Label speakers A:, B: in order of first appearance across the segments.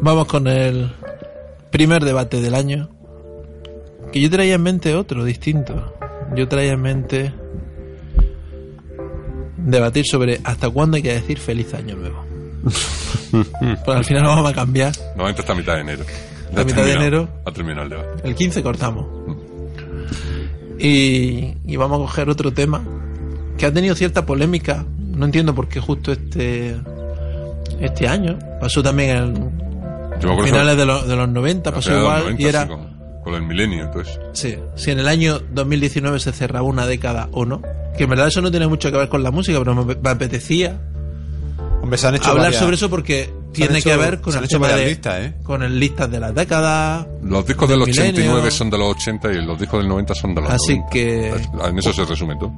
A: Vamos con el primer debate del año. Que yo traía en mente otro, distinto. Yo traía en mente debatir sobre hasta cuándo hay que decir feliz año nuevo. Pues al final vamos a cambiar.
B: Normalmente hasta mitad de enero.
A: La
B: Ya
A: mitad de
B: terminó-
A: enero.
B: Ha terminado el debate.
A: El 15 cortamos. Y, y vamos a coger otro tema que ha tenido cierta polémica. No entiendo por qué justo este este año. Pasó también en
B: Yo me acuerdo
A: finales de, los- de los 90,
B: que-
A: pasó
B: que era
A: igual.
B: 90,
A: y era,
B: así, con, con el milenio, entonces.
A: sí, si en el año 2019 se cerraba una década o no. Que en verdad eso no tiene mucho que ver con la música, pero me, me apetecía
C: Hombre, se han hecho
A: hablar
C: varias-
A: sobre eso porque tiene
C: hecho-
A: que ver con
C: se han
A: el
C: hecho
A: tema
C: varias
A: de-
C: listas, ¿eh?
A: con el listas de las décadas.
B: Los discos del
A: Del
B: 89
A: milenio.
B: son de los 80 y los discos del 90 son de los
A: Así
B: 90.
A: que-
B: En eso se resume todo.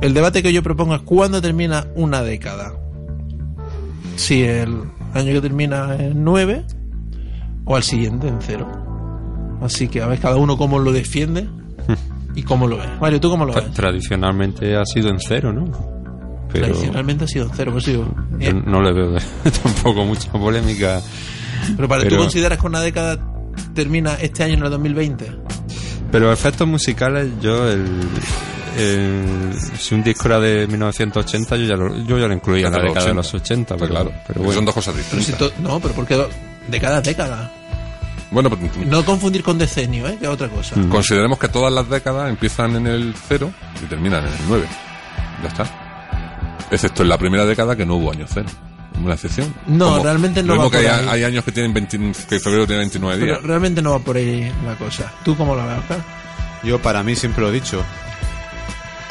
A: El debate que yo propongo es cuándo termina una década. Si el año que termina es 9 o al siguiente en 0. Así que a ver cada uno cómo lo defiende
C: Hmm.
A: y cómo lo ve. Mario, ¿tú cómo lo
D: Tra-
A: ves?
D: tradicionalmente ha sido en cero, ¿no? Pero
A: Tradicionalmente ha sido en 0, por eso digo,
D: yo
A: eh,
D: no le veo de- tampoco mucha polémica.
A: pero para, ¿tú
D: pero-
A: consideras que una década termina este año en el 2020?
D: Pero efectos musicales, yo el, el- si un disco era de 1980, yo ya lo, yo ya lo incluía en la
B: Hasta
D: década de los 80,
B: Está
D: pero,
B: claro.
D: pero
B: Que
D: bueno.
B: Son dos cosas
A: Pero si
B: distintas.
A: to- no, pero porque de cada década.
B: Bueno, pues,
A: No confundir con decenio, ¿eh? que es otra cosa.
B: Mm. Consideremos que todas las décadas empiezan en el 0 y terminan en el 9. Ya está. Excepto en la primera década que no hubo año 0. Una excepción.
A: No, realmente
B: lo
A: no
B: mismo
A: va
B: que
A: por
B: hay,
A: ahí.
B: hay años que tienen 20 que febrero tiene 29
A: Pero
B: días.
A: realmente no va por ahí la cosa. ¿Tú cómo lo ves, Oscar?
C: Yo para mí siempre lo he dicho.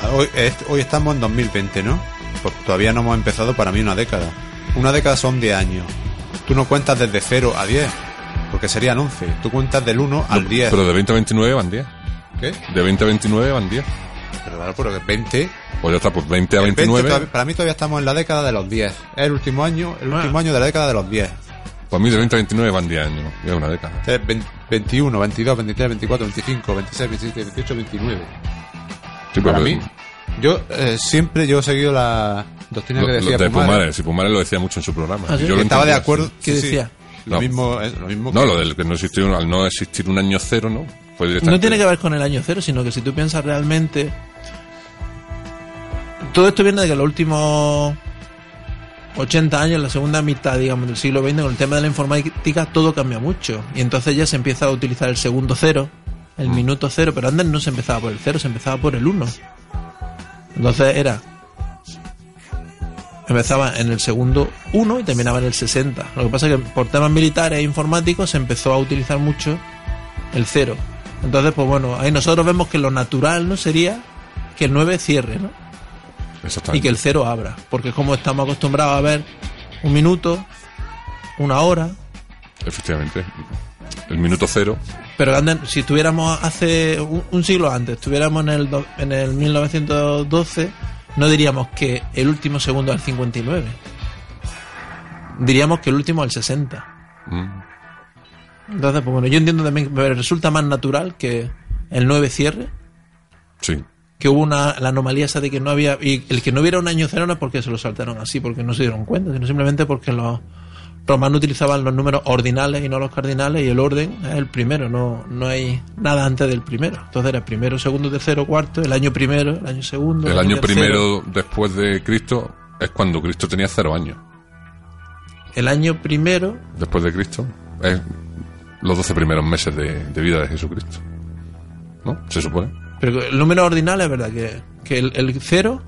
C: Ah, Hoy, est- hoy estamos en 2020, ¿no? Pues todavía no hemos empezado para mí una década. Una década son 10 años. Tú no cuentas desde 0 a 10, porque serían 11. Tú cuentas del 1 al 10.
B: Pero de 20 a 29 van 10.
C: ¿Qué?
B: De 20 a 29 van 10.
C: Pero claro, pero que 20...
B: Pues ya está, pues 20 a
C: el 20
B: 29.
C: todavía- para mí todavía estamos en la década de los 10. Es el último año, el último año de la década de los 10.
B: Pues a mí de 20 a 29 van 10 años. Ya es una década.
C: Entonces, 20 21, 22, 23, 24, 25, 26, 27, 28, 29.
B: Sí,
C: Para
B: pero-
C: mí, yo eh, siempre yo he seguido la doctrina
B: lo-
C: que
B: los
C: decía
B: de
C: Pumares.
B: Pumares. Y Pumares lo decía mucho en su programa.
A: ¿Ah, sí?
B: Y yo lo
C: Que estaba de
B: entendía,
C: acuerdo.
A: ¿Qué
C: sí, sí.
A: decía?
C: Lo
B: No.
C: mismo, es lo mismo.
B: sí. No,
C: que-
B: lo del que no existió, un- al no existir un año 0, ¿no? Fue
A: No
B: directamente-
A: tiene que ver con el año cero, sino que si tú piensas realmente. Todo esto viene de que los últimos 80 años, la segunda mitad, digamos, del siglo XX, con el tema de la informática, todo cambia mucho. Y entonces ya se empieza a utilizar el segundo cero, el minuto cero, pero antes no se empezaba por el cero, se empezaba por el uno. Entonces era. Empezaba en el segundo 1 y terminaba en el 60. Lo que pasa es que por temas militares e informáticos se empezó a utilizar mucho el cero. Entonces, pues bueno, ahí nosotros vemos que lo natural no sería que el 9 cierre, ¿no? Y
B: Exactamente.
A: que el cero abra, porque es como estamos acostumbrados a ver un minuto, una hora,
B: Efectivamente. El minuto cero.
A: pero antes, si estuviéramos hace un, un siglo antes, estuviéramos en el, do- en el 1912, no diríamos que el último segundo al 59. Diríamos que el último al 60.
B: mm,
A: Entonces, pues bueno, yo entiendo también que me resulta más natural que el 9 cierre
B: Sí.
A: que hubo una la anomalía esa de que no había y el que no hubiera un año cero no es porque se lo saltaron así porque no se dieron cuenta sino simplemente porque los Romano utilizaban los números ordinales y no los cardinales y el orden es el primero, no, no hay nada antes del primero. Entonces era primero, segundo, tercero, cuarto, el año primero, el año segundo.
B: El año
A: tercero.
B: primero después de Cristo es cuando Cristo tenía cero años.
A: El año primero,
B: Después de Cristo es los 12 primeros meses de, de vida de Jesucristo. ¿No? Se supone.
A: pero el número ordinal es verdad que, que el, el cero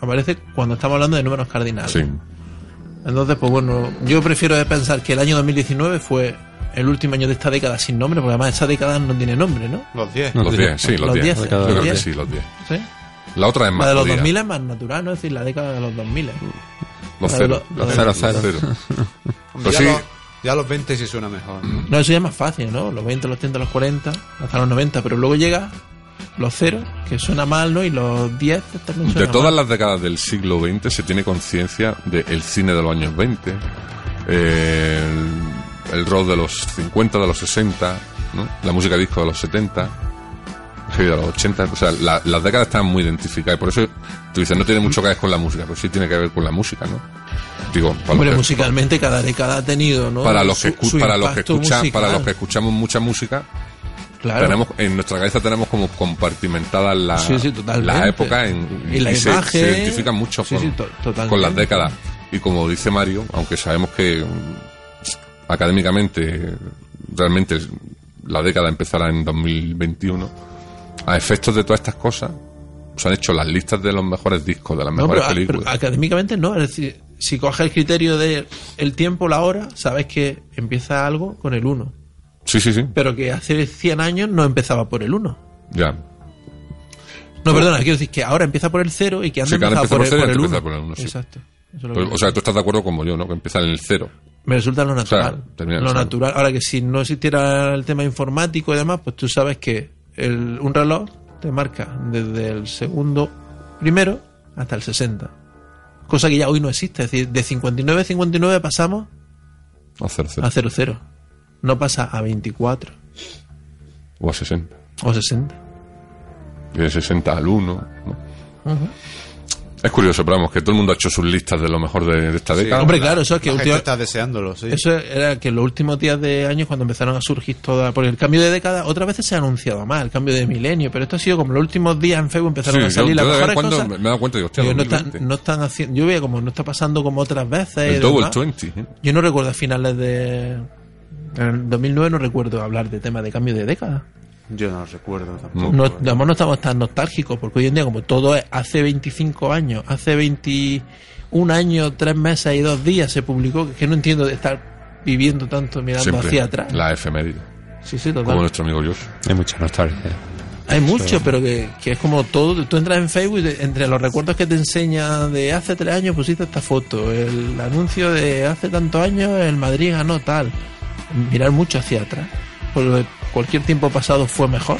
A: aparece cuando estamos hablando de números cardinales.
B: Sí.
A: Entonces, pues bueno, yo prefiero pensar que el año 2019 fue el último año de esta década sin nombre, porque además esta década no tiene nombre, ¿no?
C: Los 10.
D: No,
B: Los 10, sí, los
A: Los
B: 10.
A: diez,
B: Yo
D: los
B: creo que
A: diez.
B: sí, los 10.
A: ¿Sí?
B: La otra es más.
A: La de los
B: jodida.
A: 2000 es más natural, ¿no? Es decir, la década de los 2000.
B: Los
A: la de
B: cero.
A: lo-
B: los
A: la
D: de-
B: cero, cero, cero. Pues
C: ya,
B: sí. Mm,
C: los, ya los 20 sí suena mejor. ¿no?
A: No, eso ya es más fácil, ¿no? Los 20, los 30, los 40, hasta los 90, pero luego llega los 0, que suena mal, ¿no? Y los 10 también suena
B: De todas
A: mal.
B: las décadas del siglo XX se tiene conciencia del cine de los años 20, eh, el, el rock de los 50, de los 60, ¿no? la música disco de los 70, sí, de los 80. O sea, la- las décadas están muy identificadas. y Por eso tú dices, no tiene mucho que ver con la música, pero sí tiene que ver con la música, ¿no? Digo, para
A: Hombre,
B: los que-
A: musicalmente cada década ha tenido, ¿no?
B: para los que,
A: Su-
B: escu-
A: su
B: para los que
A: impacto
B: escuchan- para
A: musical.
B: los que escuchamos mucha música,
A: Claro.
B: tenemos en nuestra cabeza tenemos como compartimentadas la-
A: Sí, sí, totalmente.
B: las épocas en,
A: Y la
B: se-
A: imagen.
B: se, identifican mucho
A: Sí,
B: con,
A: sí, to- totalmente.
B: con las décadas y como dice Mario aunque sabemos que mm, académicamente realmente la década empezará en 2021 a efectos de todas estas cosas se han hecho las listas de los mejores discos de las
A: No,
B: mejores
A: pero, ah,
B: películas
A: pero académicamente no. Es decir, si coges el criterio de el tiempo, la hora, sabes que empieza algo con el 1.
B: sí sí sí
A: Pero que hace 100 años no empezaba por el 1.
B: ya
A: No, perdona, quiero decir que ahora empieza por el 0 y que antes
B: Sí, que ahora
A: empezaba por,
B: empieza
A: el-
B: por cero
A: por
B: y
A: el
B: antes
A: 1.
B: empezaba por el uno, sí.
A: Exacto. Eso es lo
B: Pues,
A: que-
B: o sea tú estás de acuerdo como yo no que empieza en el cero
A: me resulta lo natural.
B: sea, termina
A: lo
B: siendo.
A: natural. Ahora que si no existiera el tema informático y demás, pues tú sabes que el- un reloj te marca desde el segundo primero hasta el 60. Cosa que ya hoy no existe. Es decir, de 59 a 59 pasamos
B: a cero, cero.
A: a 00. No pasa a 24
B: o a 60
A: o 60.
B: y de 60 al 1 ¿no? es curioso pero vamos que todo el mundo ha hecho sus listas de lo mejor de, de esta década
A: Hombre, claro, eso es que
C: La gente
A: última-
C: está deseándolo, sí.
A: Eso era que en los últimos días de años cuando empezaron a surgir todas... Porque el cambio de década otras veces se ha anunciado más, el cambio de milenio, pero esto ha sido como los últimos días en Facebook
B: Sí,
A: empezaron a
B: yo-
A: salir
B: yo
A: las
B: de vez en
A: mejores
B: cuando
A: cosas.
B: me- me he dado cuenta y digo, hostia,
A: Digo, no,
B: 2020.
A: están, no están haciendo... Yo veía como no está pasando como otras veces. y
B: el Double
A: demás.
B: 20 ¿eh?
A: Yo no recuerdo a finales de... En el 2009 no recuerdo hablar de tema de cambio de década.
C: Yo no recuerdo
B: No.
C: tampoco.
A: No, además no estamos tan nostálgicos, porque hoy en día, como todo es hace 25 años, hace 21 años, 3 meses y 2 días se publicó, que es que no entiendo de estar viviendo tanto mirando
B: siempre
A: hacia atrás.
B: la efeméride
A: Sí, sí,
B: como
A: total.
B: nuestro amigo Josh
D: Hay mucha nostalgia.
A: Hay mucho, pero que, que es como todo. Tú entras en Facebook y te- entre los recuerdos que te enseña de hace 3 años pusiste esta foto, el anuncio de hace tantos años el Madrid ganó tal. Mirar mucho hacia atrás. Porque cualquier tiempo pasado fue mejor.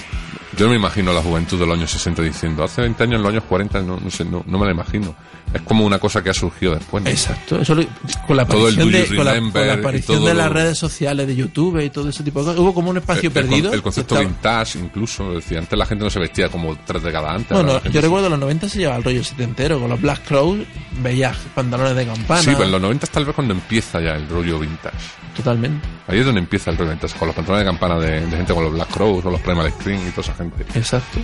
B: yo no me imagino la juventud de los años 60 diciendo hace 20 años en los años 40 no, no sé no, no me la imagino es como una cosa que ha surgido después ¿no?
A: Exacto, eso lo- con la
B: Todo el
A: aparición,
B: Do You
A: de, con la- con la
B: Remember y
A: aparición
B: todo
A: de
B: lo-
A: las redes sociales, de YouTube y todo ese tipo de cosas, hubo como un
B: El-
A: espacio
B: el, con-
A: perdido.
B: el concepto
A: que estaba-
B: vintage incluso decía antes la gente no se vestía como tres décadas antes ahora la
A: Bueno,
B: gente
A: yo
B: se-
A: recuerdo los 90 se llevaba el rollo setentero, con los Black Crowes veías pantalones de campana.
B: sí pues, pero en los 90 tal vez cuando empieza ya el rollo vintage
A: Totalmente,
B: Ahí es donde empieza el rollo, entonces, con los pantalones de campana de, de gente con los Black Crows o los Primal Screen y toda esa gente.
A: exacto.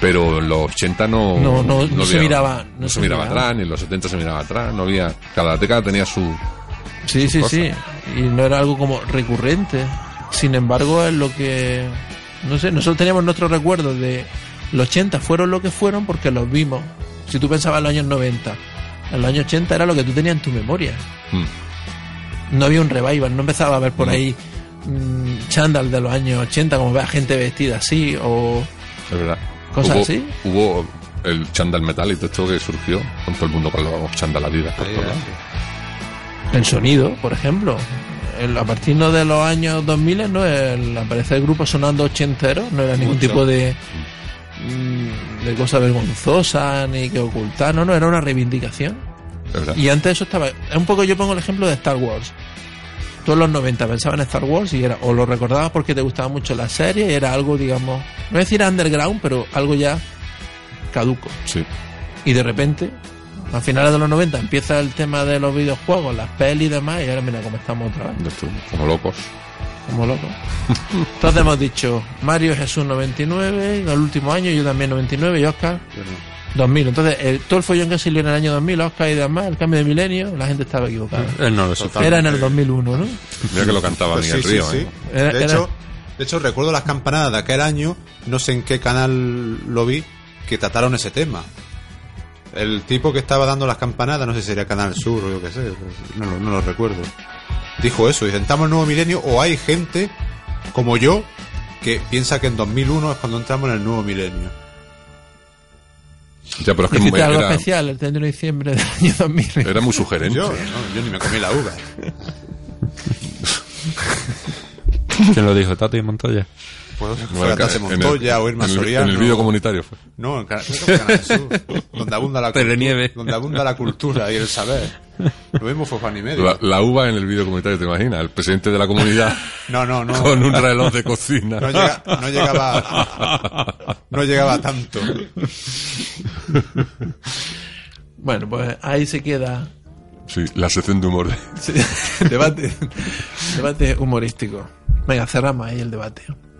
B: Pero en los 80 no,
A: No, no, no se miraba-
B: no se miraba atrás, ni en los 70 se miraba atrás, no había. Cada década tenía su. hmm,
A: Sí, sí,
B: cosa.
A: sí. Y no era algo como recurrente. Sin embargo, es lo que. No sé, nosotros teníamos nuestros recuerdos de. Los 80 fueron lo que fueron porque los vimos. Si tú pensabas en los años 90, en los años 80 era lo que tú tenías en tu memoria.
B: Mm.
A: no había un revival, no empezaba a ver por ahí mm, chándal de los años 80, como vea gente vestida así, o
B: Es verdad.
A: Cosas
B: hubo,
A: así.
B: Hubo el chandal metal y todo esto que surgió con todo el mundo con los chandal adidas por
C: Ahí,
B: todos lados.
C: ahí.
A: el sonido, por ejemplo. El- a partir ¿no? de los años 2000, ¿no? el aparecer el grupo sonando ochenteros no era ningún
C: Mucho.
A: tipo de, mm, de cosa vergonzosa ni que ocultar, no, no, era una reivindicación.
B: Es verdad.
A: Y antes eso estaba. Es un poco, yo pongo el ejemplo de Star Wars. Tú en los 90 pensabas en Star Wars y era, o lo recordabas porque te gustaba mucho la serie y era algo, digamos, no voy a decir underground, pero algo ya caduco.
B: Sí.
A: Y de repente, A finales de los 90 empieza el tema de los videojuegos, las pelis y demás, y ahora mira cómo estamos otra vez,
B: Ves tú, Como locos.
A: como locos. Entonces hemos dicho, Mario Jesús 99, en el último año yo también 99 y Oscar 2000. Entonces, el, todo el follón que salió en el año 2000, Oscar y demás, el cambio de milenio, la gente estaba equivocada.
D: Él Eh, no lo sufre.
A: Era en el 2001, ¿no?
B: Mira que lo cantaba
C: Pues
B: Miguel
C: sí, sí,
B: Río.
C: sí.
B: ¿eh?
A: Era-
C: De,
A: era-
C: hecho, de hecho, recuerdo las campanadas de aquel año, no sé en qué canal lo vi, que trataron ese tema. El tipo que estaba dando las campanadas, no sé si era Canal Sur o yo qué sé, pues, no, lo- no lo recuerdo. Dijo eso, intentamos el nuevo milenio o hay gente como yo que piensa que en 2001 es cuando entramos en el nuevo milenio.
B: Ya, pero es que muy-
A: Hiciste algo
B: era,
A: especial el 31 de diciembre del año 2000.
B: era muy sugerente.
C: Yo, no, yo ni me comí la uva.
D: ¿Quién lo dijo? Tati Montoya.
C: Puedo que
B: No, en
C: fuera Tase
B: el-
C: Pues Montoya o Irma
B: en el-
C: Soriano.
B: En el vídeo comunitario fue.
C: No, en Cana- creo que en Canal Sur, donde abunda la cultura,
D: Telenieve.
C: donde abunda la cultura y el saber. Lo mismo fue Juan y medio.
B: La, la uva en el vídeo comunitario, ¿te imaginas? El presidente de la comunidad
C: No, no, no.
B: con un reloj de cocina.
C: No, llega- no llegaba no llegaba tanto.
A: Bueno, pues ahí se queda
B: Sí, la sección de humor.
A: Sí, debate, debate humorístico. Venga, cerramos ahí el debate.